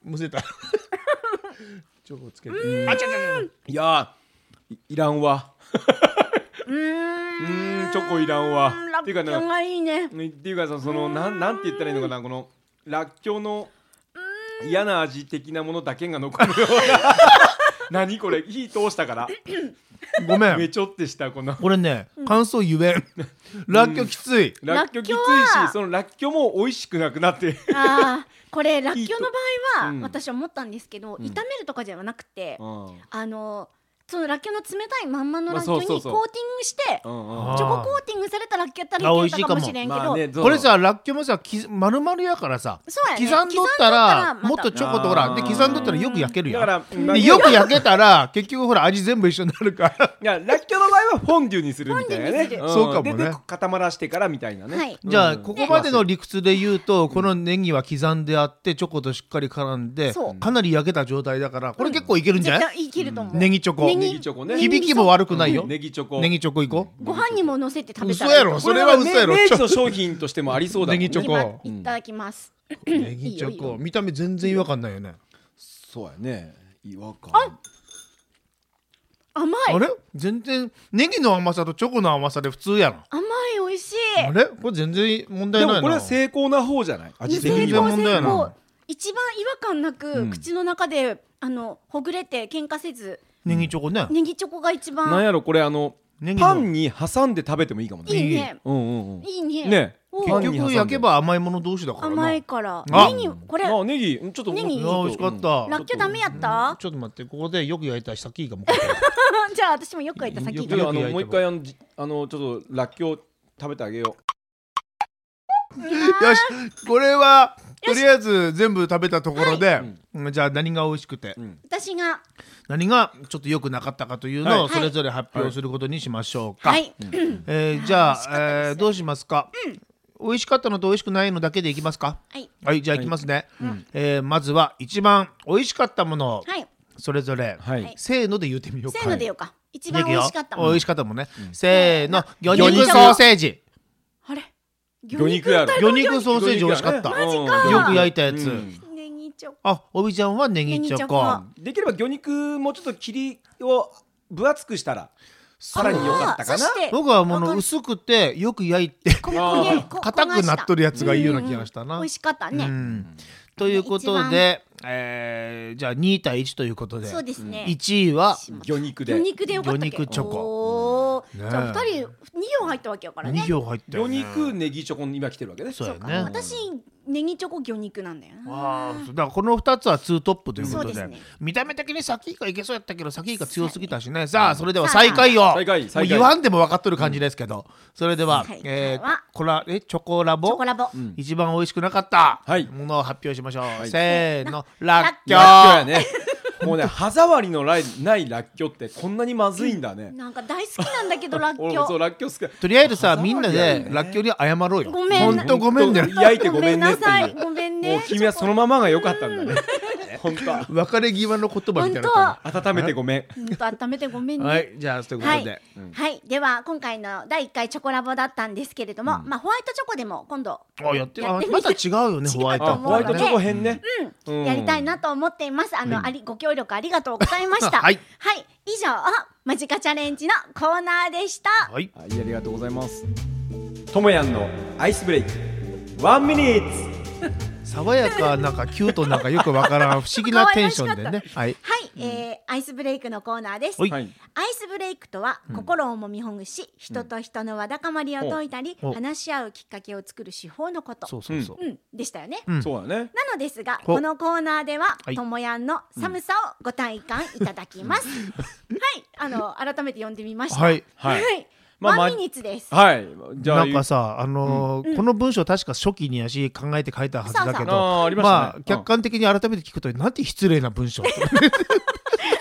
Speaker 3: むせたチョコつけてあちゃちゃちゃ
Speaker 4: いやーいいらんわ
Speaker 5: うー
Speaker 4: うんーんチョコいらんわ
Speaker 5: ラ
Speaker 4: っ
Speaker 5: ッ
Speaker 4: て
Speaker 5: キ
Speaker 4: いうかな
Speaker 5: ョ
Speaker 4: んか
Speaker 5: がい いね
Speaker 4: っていうかそそのなんなんて言ったらいいのかなこのらっきょうの嫌な味的なものだけが残るような何これ火通したから
Speaker 3: ごめん
Speaker 4: めちょってしたこの
Speaker 3: これね、感想ゆえん。ラッキョきつい。
Speaker 4: らっきょうきつい
Speaker 5: らっきょうは
Speaker 4: しそのらっきょうも美味しくなくなって
Speaker 5: あーこれラッキョの場合
Speaker 4: うん
Speaker 5: は私思ったんですけど、
Speaker 4: ん
Speaker 5: 炒めるとかじゃなくて、
Speaker 4: うんうん
Speaker 5: あのそのラッキョの冷たいまんまのラッキ
Speaker 4: ま
Speaker 5: ョ
Speaker 4: あ
Speaker 5: に
Speaker 4: そう
Speaker 5: コー
Speaker 4: そう
Speaker 5: ティ
Speaker 4: そう
Speaker 5: ングして
Speaker 4: うん
Speaker 3: あー
Speaker 5: チョココーティングされたラッキョやった
Speaker 3: あ
Speaker 5: らい
Speaker 3: 美味しい
Speaker 5: け
Speaker 3: か
Speaker 5: たか
Speaker 3: も
Speaker 5: もしれんけど、
Speaker 4: まあねどう
Speaker 3: これさ、ラッキョもさ、き丸々やからさ、
Speaker 5: そうやね
Speaker 3: 刻んどったら、
Speaker 5: 刻んどったらまた
Speaker 3: もっとチョコとほら、で
Speaker 4: あー
Speaker 3: 刻んどったらよく焼ける
Speaker 4: だ
Speaker 3: や
Speaker 4: か
Speaker 3: ん。
Speaker 4: らまあ
Speaker 3: でよく焼けたら、 結局ほら、味全部一緒になるから。
Speaker 4: いやらっきょうの場合はフォンデュにするみたいな
Speaker 5: フォン
Speaker 4: ね
Speaker 5: デュにする
Speaker 4: ん
Speaker 3: そうかもね
Speaker 4: でで固まらしてからみたいなね、
Speaker 5: はい
Speaker 3: じゃあ、
Speaker 4: うん
Speaker 3: ここまでの理屈で言うと、このネギは刻んであって、チョコとしっかり絡んで
Speaker 5: そう、
Speaker 3: かなり焼けた状態だから、これ結構いけるんじゃない
Speaker 5: 絶対いけると思う、
Speaker 3: ネギチョコ。
Speaker 5: ネ
Speaker 4: ネギチョコね
Speaker 3: 響きも悪くないよ。
Speaker 4: うん
Speaker 3: ネ
Speaker 4: ネギチョコ
Speaker 3: ギチョコいこう。
Speaker 5: ご飯にも乗せて食べ
Speaker 3: 嘘
Speaker 5: たら
Speaker 3: やろ、それは嘘やろ。
Speaker 4: これはね
Speaker 3: ち
Speaker 4: 明
Speaker 3: ょ
Speaker 4: 治の商品としてもありそうだもんね
Speaker 3: ネギチョコ
Speaker 5: 今いただきます、
Speaker 3: ネギチョコ。見た目全然違和感ないよね。
Speaker 4: そうやね違和感
Speaker 5: 甘い
Speaker 3: あれ全然ネギの甘さとチョコの甘さで普通やな
Speaker 5: 甘い美味しい
Speaker 3: あれこれ全然問題
Speaker 4: で
Speaker 3: ないな
Speaker 4: もこれは成功な方じゃない味的
Speaker 3: 全
Speaker 4: に
Speaker 3: 然
Speaker 4: は
Speaker 3: 問題ない
Speaker 5: 一番違和感なく、
Speaker 4: うん
Speaker 5: 口の中であのほぐれて喧嘩せず
Speaker 3: ネギチョコね
Speaker 5: ネギチョコが一
Speaker 4: なん
Speaker 5: 番
Speaker 4: やろこれあの
Speaker 3: ネギの
Speaker 4: パンに挟んで食べてもいいかも
Speaker 5: い
Speaker 4: ね
Speaker 5: いね
Speaker 4: うんうんうん
Speaker 5: いいね
Speaker 4: ね
Speaker 5: お
Speaker 4: パ
Speaker 3: 結
Speaker 4: ンに挟んで
Speaker 3: 局焼けば甘いもの同士だからな
Speaker 5: 甘いから
Speaker 3: あ
Speaker 5: ネギこれ
Speaker 4: あネギちょっと
Speaker 5: ネギ
Speaker 3: いや美味しかった、
Speaker 5: ラッキョダメやった
Speaker 3: ちょっと待ってここでよく焼いたさっきがもう
Speaker 5: じゃあ私もよく言った先
Speaker 3: よ
Speaker 5: に
Speaker 3: く
Speaker 4: じ
Speaker 3: 焼い
Speaker 4: ゃ
Speaker 3: た
Speaker 4: ああのもう一回あのじあのちょっとらっきょう食べてあげよ
Speaker 3: よしこれはとりあえず全部食べたところで、うんじゃあ何が美味しくて、
Speaker 4: う、うん
Speaker 5: 私が
Speaker 3: 何がちょっと良くなかったかというのを
Speaker 5: はい
Speaker 3: それぞれ発表することにしましょうか、
Speaker 5: はい
Speaker 3: えーじゃあ、えーどうしますか、美味しかったのと美味しくないのだけでいきますか
Speaker 5: はい
Speaker 3: はいじゃあいきますね、えーまずは一番美味しかったものを
Speaker 5: はい
Speaker 3: それぞれ、
Speaker 4: はい、
Speaker 5: はい
Speaker 3: せーので言ってみようか
Speaker 5: せーのでようか一番美味しかった
Speaker 3: いくよ
Speaker 5: も
Speaker 3: 美
Speaker 5: ん
Speaker 3: 味しかったもんね、せーの魚
Speaker 5: 魚
Speaker 3: 肉
Speaker 5: 肉
Speaker 3: ソーセージ
Speaker 5: あれ魚
Speaker 4: 魚肉やろ
Speaker 3: 魚肉ソーセージ美味しかった、
Speaker 4: マジ
Speaker 5: か
Speaker 3: よく焼いたやつ、
Speaker 4: うん
Speaker 5: ネギチョコ
Speaker 3: あおびちゃんはネギチョコ
Speaker 5: ネ
Speaker 4: できれば魚肉もちょっと切りを分厚くしたらさらに良かったかな
Speaker 5: そして
Speaker 3: 僕はもうあの
Speaker 5: わかる
Speaker 3: 薄くてよく焼いて
Speaker 5: ここに こ
Speaker 3: 硬くなっと
Speaker 5: る
Speaker 3: るやつがいいような気がしたな、
Speaker 5: 美味しかった
Speaker 3: う
Speaker 5: ね
Speaker 3: んということで、えーじゃあ2対1ということで
Speaker 5: そうですね
Speaker 3: 1位は
Speaker 4: 魚肉
Speaker 5: 魚
Speaker 4: で
Speaker 5: 肉でよかったっけ
Speaker 3: 魚肉チョコ
Speaker 5: おー
Speaker 3: ねえ
Speaker 5: じゃあ二人二票入ったわけやからね
Speaker 3: 2票入った
Speaker 4: 魚
Speaker 3: よ、ね、
Speaker 4: 肉ネギチョコに今来てるわけね
Speaker 3: そうや
Speaker 5: か
Speaker 3: ね
Speaker 5: 私ネギチョコ魚肉なんだよな
Speaker 3: わあだからこの2つは2トップということで
Speaker 5: そうですね
Speaker 3: 見た目的にサキイカいけそうやったけどサキイカ強すぎたしねさあそれでは最下位を
Speaker 4: 最下位最下
Speaker 3: もう言
Speaker 4: 位
Speaker 3: わんでも分かっとる感じですけど、それでは
Speaker 5: 最下位は
Speaker 3: えーコラえチョコラボ
Speaker 5: チョコラボ
Speaker 3: 一番美味しくなかった
Speaker 4: はい
Speaker 3: ものを発表しましょう、せーのらっきょう
Speaker 4: らっきょうやね もうね歯触りのないないらっきょうってこんなにまずいんだね
Speaker 5: なんか大好きなんだけどらっき
Speaker 4: 俺
Speaker 5: ょ
Speaker 4: もそう
Speaker 5: う
Speaker 4: らっきょう好き
Speaker 3: とりあえずさ
Speaker 4: 歯触
Speaker 3: み
Speaker 4: り
Speaker 3: んな
Speaker 4: や
Speaker 3: で
Speaker 4: ね
Speaker 3: らっきょうに謝ろうよ
Speaker 5: ごめん
Speaker 3: ほんとごめんね
Speaker 4: ほんと焼いてごめんねって
Speaker 5: ごめんなさ
Speaker 4: い
Speaker 5: いうごめんね
Speaker 4: もう君はそのままが良かったんだね 本当は
Speaker 3: 別れ際の言葉みたいな
Speaker 5: 本
Speaker 4: 温めてごめん
Speaker 5: うんと温めてごめんね
Speaker 3: はいじゃあということで、
Speaker 5: はい、では今回の第1回チョコラボだったんですけれども、まあホワイトチョコでも今度
Speaker 3: あやってる
Speaker 5: や
Speaker 3: あ
Speaker 5: ってみ
Speaker 3: ま
Speaker 5: て
Speaker 3: た違うよねホワイト
Speaker 4: あホワイトチョコ編ねうん
Speaker 5: やりたいなと思っています。あの、ありご協力ありがとうございました。
Speaker 3: はい
Speaker 5: 以上マジカチャレンジのコーナーでした。
Speaker 3: はい
Speaker 4: はい、ありがとうございます。ともやんのアイスブレイク。ワンミニッツ。
Speaker 3: 爽やかなんかキュートなんかよくわからん不思議なテンションでねはい
Speaker 5: はい、えーアイスブレイクのコーナーです。
Speaker 3: はい
Speaker 4: はい。
Speaker 5: アイスブレイクとは、心をもみほぐし人と人のわだかまりを解いたり、
Speaker 3: お
Speaker 5: 話し合うきっかけを作る手法のこと
Speaker 3: そうそうそう、
Speaker 5: うん、でしたよね。
Speaker 3: うん
Speaker 4: そうだね。
Speaker 5: なのですが
Speaker 3: お
Speaker 5: このコーナーでは
Speaker 3: はい
Speaker 5: ともやんの寒さをご体感いただきます。 はい、あの改めて読んでみました。
Speaker 3: はい
Speaker 4: はいまあ
Speaker 5: ワンミニッツです。
Speaker 4: はい。じゃ
Speaker 3: な
Speaker 4: あ、
Speaker 3: んかさあのー
Speaker 5: うん
Speaker 3: この文章確か初期にやし考えて書いたはずだけ
Speaker 5: そう
Speaker 3: ど
Speaker 5: そう
Speaker 4: あーありましたね
Speaker 3: まあ客観的に改めて聞くとなんて失礼な文章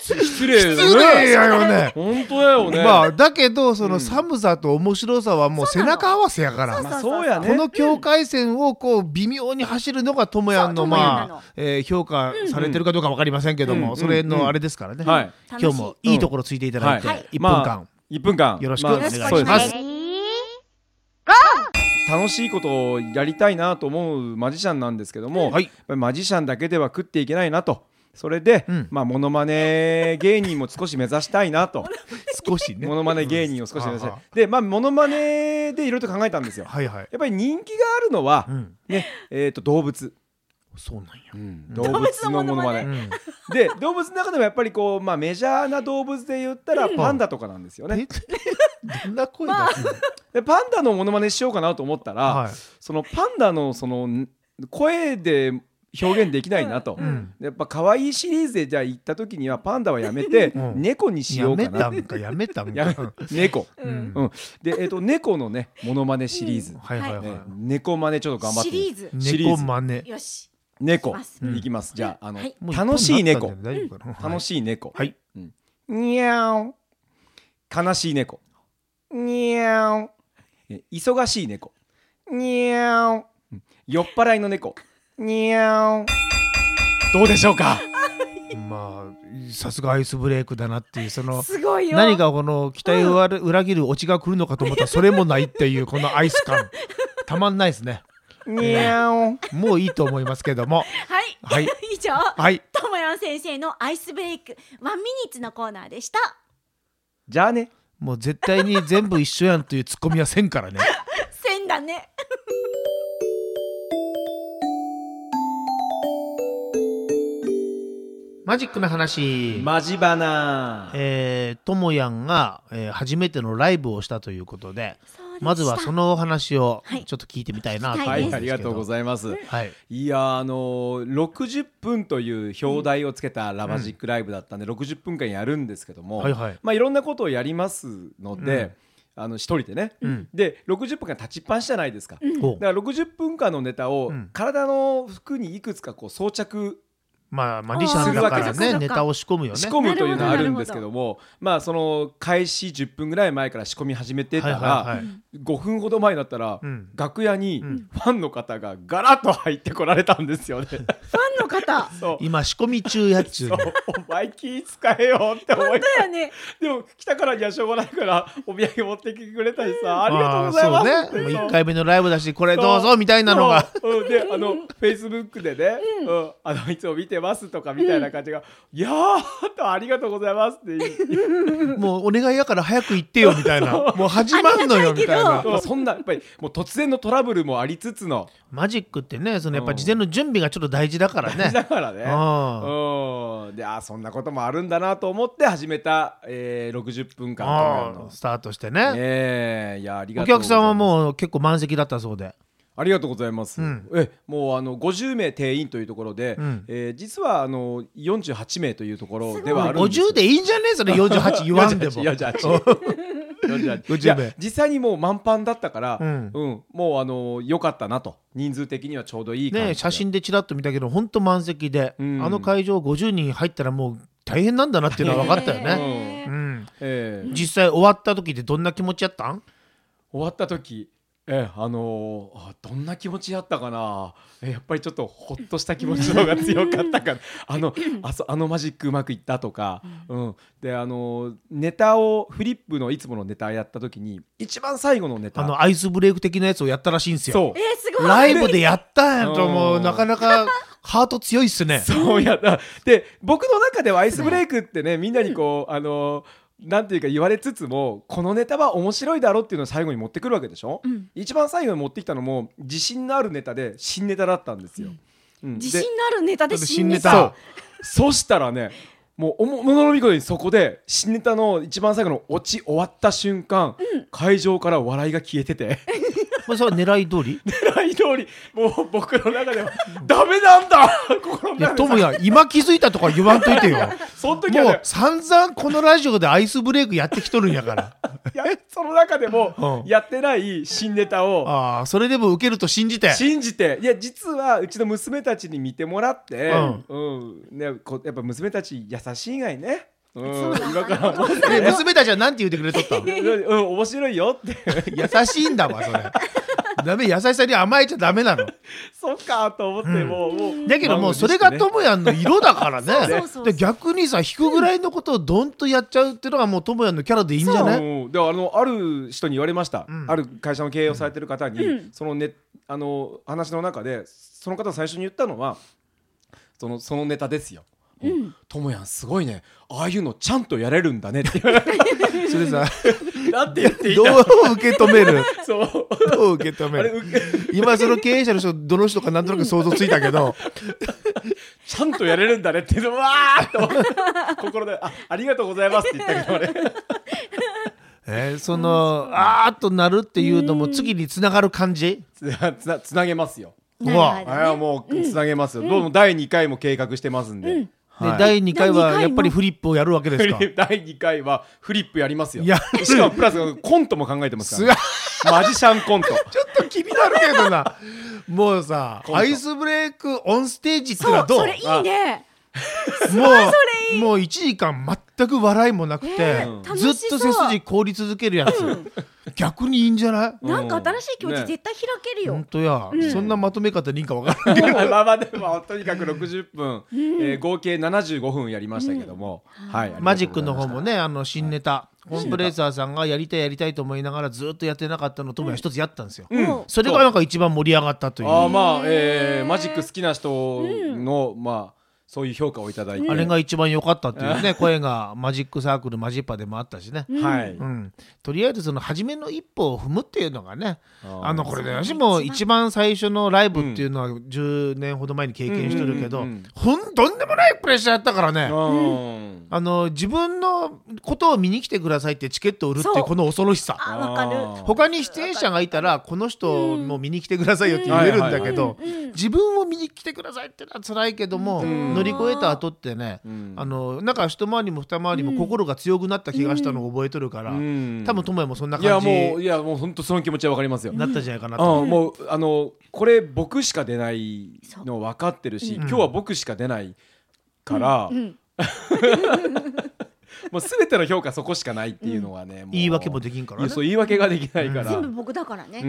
Speaker 4: 失礼
Speaker 3: 失
Speaker 4: だ
Speaker 3: 礼
Speaker 4: ね。
Speaker 3: やよね
Speaker 4: 本当だよね。
Speaker 3: まあだけどその寒さと面白さはもう背中合わせやから
Speaker 5: そうそう
Speaker 4: そうやね。
Speaker 3: この境界線をこう微妙に走るのが智也
Speaker 5: そ
Speaker 3: の
Speaker 5: う智也な
Speaker 3: ま
Speaker 5: の
Speaker 3: あえー評価されてるかどうかわかりませんけど
Speaker 4: う
Speaker 3: も
Speaker 4: ん
Speaker 3: それのあれですからね
Speaker 4: はい
Speaker 3: 今日もいいところついていただいて
Speaker 4: はい
Speaker 3: 1分
Speaker 4: ま
Speaker 3: 間
Speaker 4: あ一分間
Speaker 3: よろしく
Speaker 4: まあ
Speaker 3: お願いします
Speaker 4: そうで
Speaker 3: ます
Speaker 4: 楽しいことをやりたいなと思うマジシャンなんですけども、
Speaker 3: はい
Speaker 4: やっぱりマジシャンだけでは食っていけないなと。それで、
Speaker 3: うん
Speaker 4: まあモノマネ芸人も少し目指したいなと。
Speaker 3: 少しね
Speaker 4: モノマネ芸人を少し目指した
Speaker 3: うんあ
Speaker 4: い。で、まあモノマネでいろいろと考えたんですよ。
Speaker 3: はいはい
Speaker 4: やっぱり人気があるのは、
Speaker 3: うん
Speaker 4: ねえー、と動物、
Speaker 3: そうなんや
Speaker 4: 動物のものま
Speaker 3: う
Speaker 4: ね
Speaker 3: ん
Speaker 4: で動物の中でもやっぱりこう、まあ、メジャーな動物で言ったらパンダとかなんですよね、
Speaker 3: えどんな声だ
Speaker 4: でパンダのものまねしようかなと思ったら、
Speaker 3: はい
Speaker 4: そのパンダのそのん声で表現できないなと、
Speaker 3: ん
Speaker 4: やっぱ可愛いシリーズでじゃあ行った時にはパンダはやめて、
Speaker 3: うん
Speaker 4: 猫にしよ
Speaker 3: や
Speaker 4: う
Speaker 3: め
Speaker 4: かな
Speaker 3: たんかやめたん
Speaker 4: や
Speaker 3: か
Speaker 4: 猫、
Speaker 3: うん
Speaker 4: うん、で、えー、と猫のねものまねシリーズ、
Speaker 3: はいはいはい
Speaker 4: ね猫まねちょっと頑張って
Speaker 5: シリーズ
Speaker 4: シリー
Speaker 3: 猫
Speaker 4: ズ
Speaker 3: まね
Speaker 5: よし。
Speaker 4: 猫
Speaker 5: します
Speaker 4: いきますじゃああの、
Speaker 5: はい
Speaker 3: もう
Speaker 4: 楽しい猫
Speaker 3: 一本になったんで大丈夫かな
Speaker 4: 楽しい猫
Speaker 3: はい
Speaker 4: うんにゃーお悲しい猫にゃーおえ忙しい猫にゃーおうん酔っ払いの猫にゃーおどうでしょうか
Speaker 3: まあさすがアイスブレイクだなっていうその
Speaker 5: すごいよ。
Speaker 3: 何がこの期待を裏裏切るオチが来るのかと思ったらそれもないっていうこのアイス 感たまんないですね
Speaker 4: にゃー
Speaker 3: もういいと思いますけども
Speaker 5: はい。
Speaker 3: はい
Speaker 5: 以上、
Speaker 3: はい
Speaker 5: ともやん先生のアイスブレイクワンミニッツのコーナーでした。
Speaker 4: じゃあね
Speaker 3: もう絶対に全部一緒やんというツッコミはせんからね
Speaker 5: せんだね。
Speaker 3: マジックの話
Speaker 4: マジバナー
Speaker 3: えーともやんが、えー初めてのライブをしたということでまずはそ
Speaker 5: の。
Speaker 3: のお話を
Speaker 5: はい
Speaker 3: ちょっと聞いてみたいなと思
Speaker 5: は
Speaker 4: は
Speaker 5: 聞きた
Speaker 3: うん
Speaker 5: で
Speaker 4: い
Speaker 5: す
Speaker 4: ありがとうご
Speaker 3: い
Speaker 4: ざいます
Speaker 3: ますはい
Speaker 4: いやーあのー、60分という表題をつけたラマジックライブだったんで、60分間やるんですけども、
Speaker 3: はいはい
Speaker 4: まあ、いろんなことをやりますので、あの一人でね、
Speaker 3: うん
Speaker 4: で60分間立ちっぱなしじゃないですか、
Speaker 3: お
Speaker 4: だから60分間のネタを
Speaker 3: うん
Speaker 4: 体の服にいくつかこう装着
Speaker 3: まあマジシャンだから
Speaker 5: あーそっかそっかそ
Speaker 3: ね
Speaker 5: っか
Speaker 3: ネタを仕込むよね
Speaker 4: 仕込むというのはあるんですけどもまあその開始10分ぐらい前から仕込み始めてた
Speaker 3: はいはい
Speaker 4: ら
Speaker 3: はい
Speaker 4: 5分ほど前になったら
Speaker 3: うん
Speaker 4: 楽屋に
Speaker 3: うん
Speaker 4: ファンの方がガラッと入ってこられたんですよ ね。
Speaker 5: ファンの方。
Speaker 4: そう
Speaker 3: 今仕込み中やっちゅう
Speaker 4: そ
Speaker 3: の
Speaker 4: うお前気使えよって思い
Speaker 5: だよ ね。
Speaker 4: でも来たからにはしょうがないからお土産持ってきてくれたりさあ
Speaker 3: あ
Speaker 4: りがとうございます
Speaker 3: ー
Speaker 4: っ
Speaker 3: そう
Speaker 4: て
Speaker 3: ねもう
Speaker 4: そう
Speaker 3: 1回目のライブだしこれどうぞみたいなのが
Speaker 4: そううんであのフェイスブックでね、うんあのいつも見てますとかみたいな感じが「いやーとありがとうございます」って言って
Speaker 3: もうお願いやから早く行ってよみたいなもう始まんのよみたい
Speaker 5: ありがた
Speaker 3: な
Speaker 5: い け
Speaker 4: そうそんなやっぱりもう突然のトラブルもありつつの
Speaker 3: マジックってねそのやっぱ事前の準備がちょっと大事だからね
Speaker 4: だからねうんであーそんなこともあるんだなと思って始めた、えー、60分間
Speaker 3: あ
Speaker 4: というの
Speaker 3: ースタートしてね
Speaker 4: ねえいやありが
Speaker 3: お
Speaker 4: とうご
Speaker 3: 客
Speaker 4: ざ
Speaker 3: さ
Speaker 4: います
Speaker 3: んはもう結構満席だったそうで
Speaker 4: ありがとうございます。
Speaker 3: うん
Speaker 4: えもうあの50名定員というところで、
Speaker 3: うん
Speaker 4: えー実はあの48名というところではあるんですよ
Speaker 3: 50でいいんじゃねえそれ48言わ んでも
Speaker 4: 48 48
Speaker 3: 50名
Speaker 4: いや実際にもう満帆だったから、
Speaker 3: う
Speaker 4: うんんもうあの良かったなと人数的にはちょうどいい感じで
Speaker 3: ね、写真でちらっと見たけど本当満席で、
Speaker 4: うん
Speaker 3: あの会場50人入ったらもう大変なんだなっていうのは分かったよね、
Speaker 4: ね
Speaker 3: うん、
Speaker 4: えー
Speaker 3: 実際終わった時ってどんな気持ちやったん
Speaker 4: 終わった時えーあのーあどんな気持ちだったかなえーやっぱりちょっとほっとした気持ちの方が強かった かなあのあそあのマジックうまくいったとか、うん、であのーネタをフリップのいつものネタやった時に一番最後のネタ
Speaker 3: あのアイスブレイク的なやつをやったらしいんですよ
Speaker 4: そう
Speaker 5: えー、すごい。
Speaker 3: ライブでやったんやと
Speaker 4: うん
Speaker 3: もうなかなかハート強いっすね
Speaker 4: そうやだで僕の中ではアイスブレイクってねみんなにこうあのなんていうか言われつつもこのネタは面白いだろうっていうのを最後に持ってくるわけでしょ、
Speaker 5: ん
Speaker 4: 一番最後に持ってきたのも自信のあるネタで新ネタだったんですよ、うん
Speaker 5: 自
Speaker 4: で
Speaker 5: 信のあるネタで新ネ
Speaker 3: 新ネ
Speaker 5: タ。
Speaker 3: タ
Speaker 4: そうそしたらねもうおももののみことにそこで新ネタの一番最後のオチ終わった瞬間、会場から笑いが消えて て
Speaker 3: まあそれは狙い通り
Speaker 4: 狙い通りもう僕の中ではダメなんだ心の
Speaker 3: いや
Speaker 4: 中
Speaker 3: と
Speaker 4: で
Speaker 3: もや今気づいたとか言わんといてよ
Speaker 4: その 時は
Speaker 3: もう
Speaker 4: ね
Speaker 3: 散々このラジオでアイスブレイクやってきとるんや から
Speaker 4: いやその中でも
Speaker 3: うん
Speaker 4: やってない新ネタを
Speaker 3: ああそれでも受けると信じて
Speaker 4: 信じていや実はうちの娘たちに見てもらって、
Speaker 3: うん
Speaker 4: うんね、こやっぱ娘たち優しい以外ね、うん、今から も
Speaker 3: え娘たちはなんて言ってくれとったん
Speaker 4: うん面白いよって
Speaker 3: 優しいんだわそれ ダメ優しさに甘えちゃダメなの
Speaker 4: そっかと思ってもう,、もう
Speaker 3: だけどもうそれが
Speaker 4: 満
Speaker 3: ともやんの色だから
Speaker 5: そう
Speaker 3: ね
Speaker 5: そうそう
Speaker 3: で逆にさ引くぐらいのことをドンとやっちゃうっていうのがもうともやんのキャラでいいんじゃ
Speaker 4: 足
Speaker 3: な
Speaker 4: ね
Speaker 3: い
Speaker 4: うんであのある人に言われました、
Speaker 3: うん
Speaker 4: ある会社の経営をされてる方に、
Speaker 5: うん
Speaker 4: そのねあの話の中でその方が最初に言ったのはそのそのネタですよ。
Speaker 5: うん。
Speaker 4: ともやんすごいねああいうのちゃんとやれるんだねって
Speaker 3: それさ
Speaker 4: なんて言っていい
Speaker 3: ど
Speaker 4: ん
Speaker 3: う
Speaker 4: だ
Speaker 3: 受け止める
Speaker 4: そう
Speaker 3: どう受け止め
Speaker 4: あれ
Speaker 3: る
Speaker 4: うけ
Speaker 3: 今その経営者の人どの人かなんとなく想像ついたけど
Speaker 4: ちゃんとやれるんだねってうわーっと心であありがとうございますって言ったけどね
Speaker 3: えーそのあーっとなるっていうのも次につながる感じ
Speaker 4: つなつなつなげますよ
Speaker 3: うわ
Speaker 5: なるほどね
Speaker 4: あれはもうつなげますよ、どうも第2回も計画してますんで、
Speaker 3: で
Speaker 4: は
Speaker 3: 第2回
Speaker 4: い
Speaker 5: 第二回
Speaker 3: は
Speaker 5: も
Speaker 3: やっぱりフリップをやるわけですか
Speaker 4: フリ 第2回はフリップやりますよ
Speaker 3: やる
Speaker 4: しかもプラスコントも考えてます
Speaker 3: す
Speaker 4: から、マジシャンコント
Speaker 3: ちょっと気になるけどな。もうさ、
Speaker 4: 今度
Speaker 3: アイスブレイクオンステージっての
Speaker 5: そ
Speaker 3: は
Speaker 5: う、
Speaker 3: どう
Speaker 5: それいいね。
Speaker 3: もう、もう1時間全く笑いもなくて、
Speaker 5: ねえ楽し
Speaker 3: ず
Speaker 5: そう
Speaker 3: っと背筋凍り続けるやつ。逆にいいんじゃない
Speaker 5: なんか新しい気持ち
Speaker 4: ね
Speaker 5: 絶対開ける
Speaker 3: ほん
Speaker 5: よ。
Speaker 3: とや、そんなまとめ方でいいんかわからん。
Speaker 4: まあまあでもとにかく60分、えー合計75分やりましたけども、はい
Speaker 3: マジックの方もね、あの新ネタ、コーンプレーサーさんがやりたいやりたいと思いながらずっとやってなかったのともや一つやったんですよ。
Speaker 5: もう
Speaker 3: それがなんか一番盛り上がったという。
Speaker 4: あーまあ、えーマジック好きな人の、まあそういう評価をいただいて、
Speaker 3: あれが一番良かったっていうね声がマジックサークルマジッパでもあったしね、
Speaker 4: はい、
Speaker 3: うん、とりあえずその初めの一歩を踏むっていうのがね
Speaker 4: ー
Speaker 3: あのこれね
Speaker 5: そうね
Speaker 3: 私も一番最初のライブっていうのは10年ほど前に経験してるけ
Speaker 4: う
Speaker 3: ど
Speaker 4: んうんうん
Speaker 3: ほんとんでもないプレッシャーやったからね
Speaker 4: うん
Speaker 3: あの自分のことを見に来てくださいってチケットを売るってい
Speaker 5: そ
Speaker 3: う
Speaker 5: う
Speaker 3: この恐ろしさ
Speaker 5: あわかる
Speaker 4: あー
Speaker 3: 他に出演者がいたらこの人も見に来てくださいよって言えるんだけど自分を見に来てくださいってのは辛いけども乗り越えた後ってね
Speaker 4: ん
Speaker 3: あのなんか一回りも二回りも心が強くなった気がしたのを覚えとるから
Speaker 4: ん
Speaker 3: 多分智也もそんない
Speaker 4: や
Speaker 3: 感じ
Speaker 4: もう
Speaker 3: に
Speaker 4: いやもう本当その気持ちはわかりますよ、
Speaker 3: なったんじゃないかなと。
Speaker 4: うん、もうあのこれ僕しか出ないの分かってるし、今日は僕しか出ないから、 もう全ての評価そこしかないっていうのはね、もう
Speaker 3: 言い訳もできんからね
Speaker 4: いやそう言い訳ができないから、
Speaker 5: 全
Speaker 4: う
Speaker 5: 部
Speaker 4: ん
Speaker 5: 僕だからね。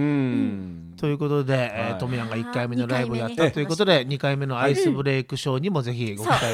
Speaker 3: ということで、え
Speaker 4: は
Speaker 3: ー、
Speaker 4: い
Speaker 3: トムヤンが1回目のライブをやっ
Speaker 5: 二回目
Speaker 3: た
Speaker 5: ね
Speaker 3: ということで2回目のアイスブレイクショーにもぜひご期待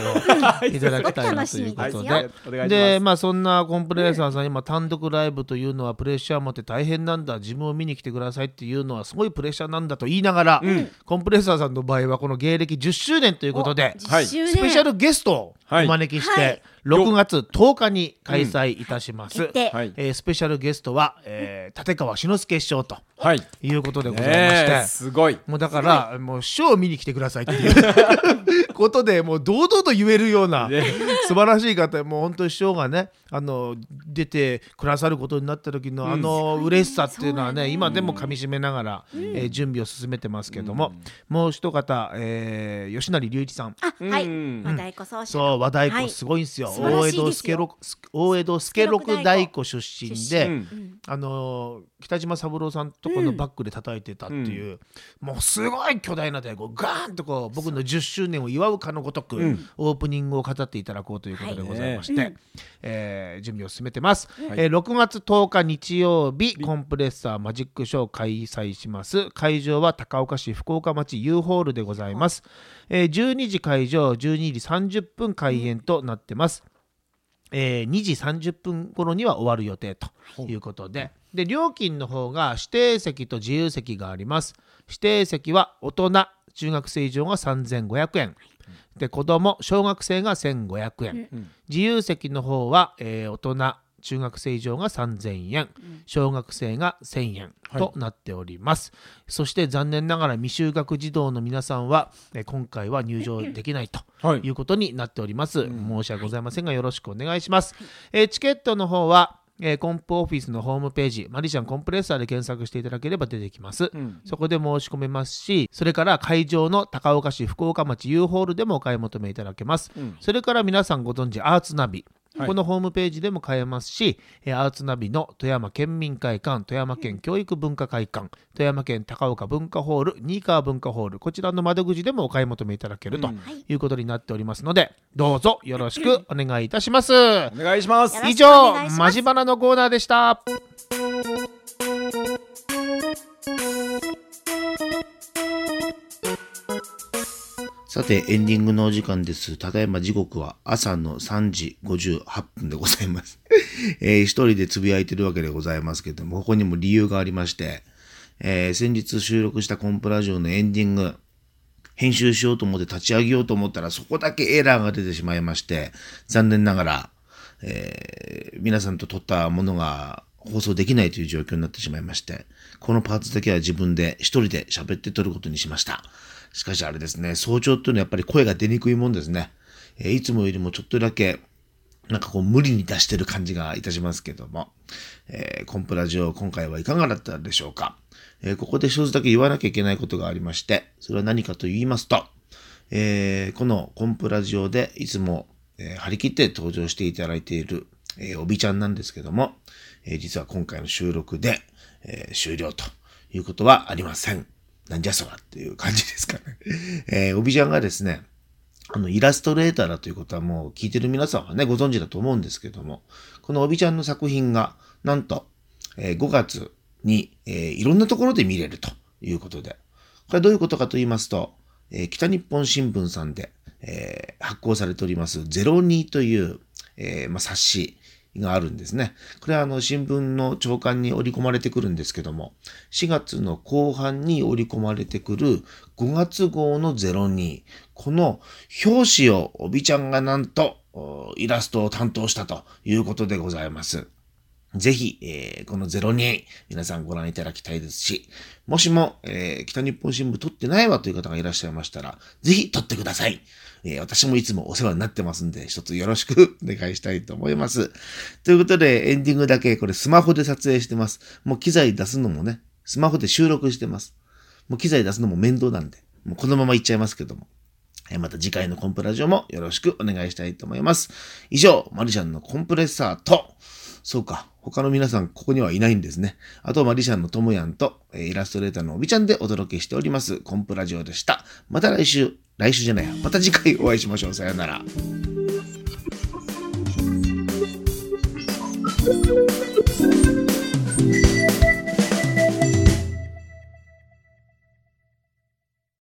Speaker 3: をいただきたいなということ
Speaker 5: そう
Speaker 3: で
Speaker 4: お
Speaker 5: は。
Speaker 4: 願いします
Speaker 3: でまあそんなコンプレッサーさん今単独ライブというのはプレッシャー持って大変なんだ自分を見に来てくださいっていうのはすごいプレッシャーなんだと言いながら、コンプレッサーさんの場合はこの芸歴10周年ということで
Speaker 4: はい
Speaker 5: 10周年
Speaker 3: スペシャルゲストをお招きし
Speaker 5: は
Speaker 3: て
Speaker 5: い
Speaker 3: 6月10日に開催いたします、
Speaker 5: 決定
Speaker 4: はい
Speaker 3: えースペシャルゲストは、えー立川志の輔師匠と
Speaker 4: はいね
Speaker 3: いうことでございまして、
Speaker 4: えすごい
Speaker 3: もうだからもう師匠を見に来てくださいっていう ことでもう堂々と言えるような
Speaker 4: ね
Speaker 3: 素晴らしい方もう本当に師匠がねあの出てくださることになった時の、あの嬉しさっていうのはね今でもかみしめながら、えー準備を進めてますけども、もう一方、えー吉成隆一さん
Speaker 5: あ、は
Speaker 4: う
Speaker 5: い。
Speaker 4: ん
Speaker 5: 和太鼓奏者。
Speaker 3: そう和太
Speaker 5: は
Speaker 3: 鼓
Speaker 5: い
Speaker 3: すごいんですよ,、
Speaker 5: 素晴ら
Speaker 3: 大
Speaker 5: し
Speaker 3: 江
Speaker 5: いです
Speaker 3: 戸助
Speaker 5: よ
Speaker 3: 六大江戸助六太鼓出身
Speaker 5: 出
Speaker 3: で。
Speaker 4: 身
Speaker 3: あのー北島三郎さんとこのバックで叩いてたっていう、もうすごい巨大な太鼓ガーンとこう僕の10周年を祝うかのごとく、オープニングを語っていただこうということでございまして、えー準備を進めてます、えー6月10日日曜日コンプレッサーマジックショー開催します会場は高岡市福岡町 U ホールでございます、えー12時会場12時30分開演となってます、えー2時30分頃には終わる予定ということでで料金の方が指定席と自由席があります指定席は大人中学生以上が3500円で子供小学生が1500円、自由席の方は、えー大人中学生以上が3000円、小学生が1000円となっております、そして残念ながら未就学児童の皆さんは、えー今回は入場できないと
Speaker 4: はい
Speaker 3: いうことになっております、申し訳ございませんがよろしくお願いします、えーチケットの方はえーコンプオフィスのホームページマリシャンコンプレッサーで検索していただければ出てきます、そこで申し込めますしそれから会場の高岡市福岡町 U ホールでもお買い求めいただけます、それから皆さんご存知アーツナビ
Speaker 4: はい
Speaker 3: このホームページでも買えますし、えーアーツナビの富山県民会館、富山県教育文化会館、富山県高岡文化ホール、新川文化ホール、こちらの窓口でもお買い求めいただけるということになっておりますので、どうぞよろしくお願いいたします。
Speaker 4: お願いします
Speaker 5: よろ
Speaker 3: 以
Speaker 5: しくお
Speaker 3: 上
Speaker 5: 願いします、
Speaker 3: マジバナのコーナーでした。
Speaker 7: さて、エンディングのお時間です。ただいま時刻は朝の3時58分でございます。 えー一人でつぶやいてるわけでございますけども、ここにも理由がありまして、えー先日収録したコンプラジオのエンディング、編集しようと思って立ち上げようと思ったら、そこだけエラーが出てしまいまして、残念ながら、えー皆さんと撮ったものが放送できないという状況になってしまいまして、このパーツだけは自分で一人で喋って撮ることにしました。しかしあれですね、早朝っていうのはやっぱり声が出にくいもんですね。えーいつもよりもちょっとだけ、なんかこう無理に出してる感じがいたしますけども、えーコンプラジオ今回はいかがだったでしょうか、えーここで一つだけ言わなきゃいけないことがありまして、それは何かと言いますと、えーこのコンプラジオでいつも、えー張り切って登場していただいている、えーおびちゃんなんですけども、えー実は今回の収録で、えー終了ということはありません。なんじゃそらっていう感じですかね。えーおびちゃんがですね、あの、イラストレーターだということはもう聞いてる皆さんはね、ご存知だと思うんですけども、このおびちゃんの作品が、なんと、えー5月に、えーいろんなところで見れるということで、これはどういうことかと言いますと、えー北日本新聞さんで、えー発行されております、ゼロニーという、えーまあ、冊子、があるんですね。これはあの新聞の朝刊に織り込まれてくるんですけども、4月の後半に織り込まれてくる5月号の02、この表紙をおびちゃんがなんとおイラストを担当したということでございます。ぜひ、えーこの02、皆さんご覧いただきたいですし、もしも、えー北日本新聞撮ってないわという方がいらっしゃいましたら、ぜひ撮ってください。えー私もいつもお世話になってますんで、一つよろしく お願いしたいと思います。ということで、エンディングだけ、これスマホで撮影してます。もう機材出すのもね、スマホで収録してます。もう機材出すのも面倒なんで、もうこのままいっちゃいますけども。えーまた次回のコンプラジオもよろしくお願いしたいと思います。以上、マリシャンのコンプレッサーと、そうか、他の皆さんここにはいないんですね。あと、マリシャンのともやんと、えーイラストレーターのおびちゃんでお届けしております、コンプラジオでした。また来週、来週じゃないや、また次回お会いしましょう。さよなら。
Speaker 1: 「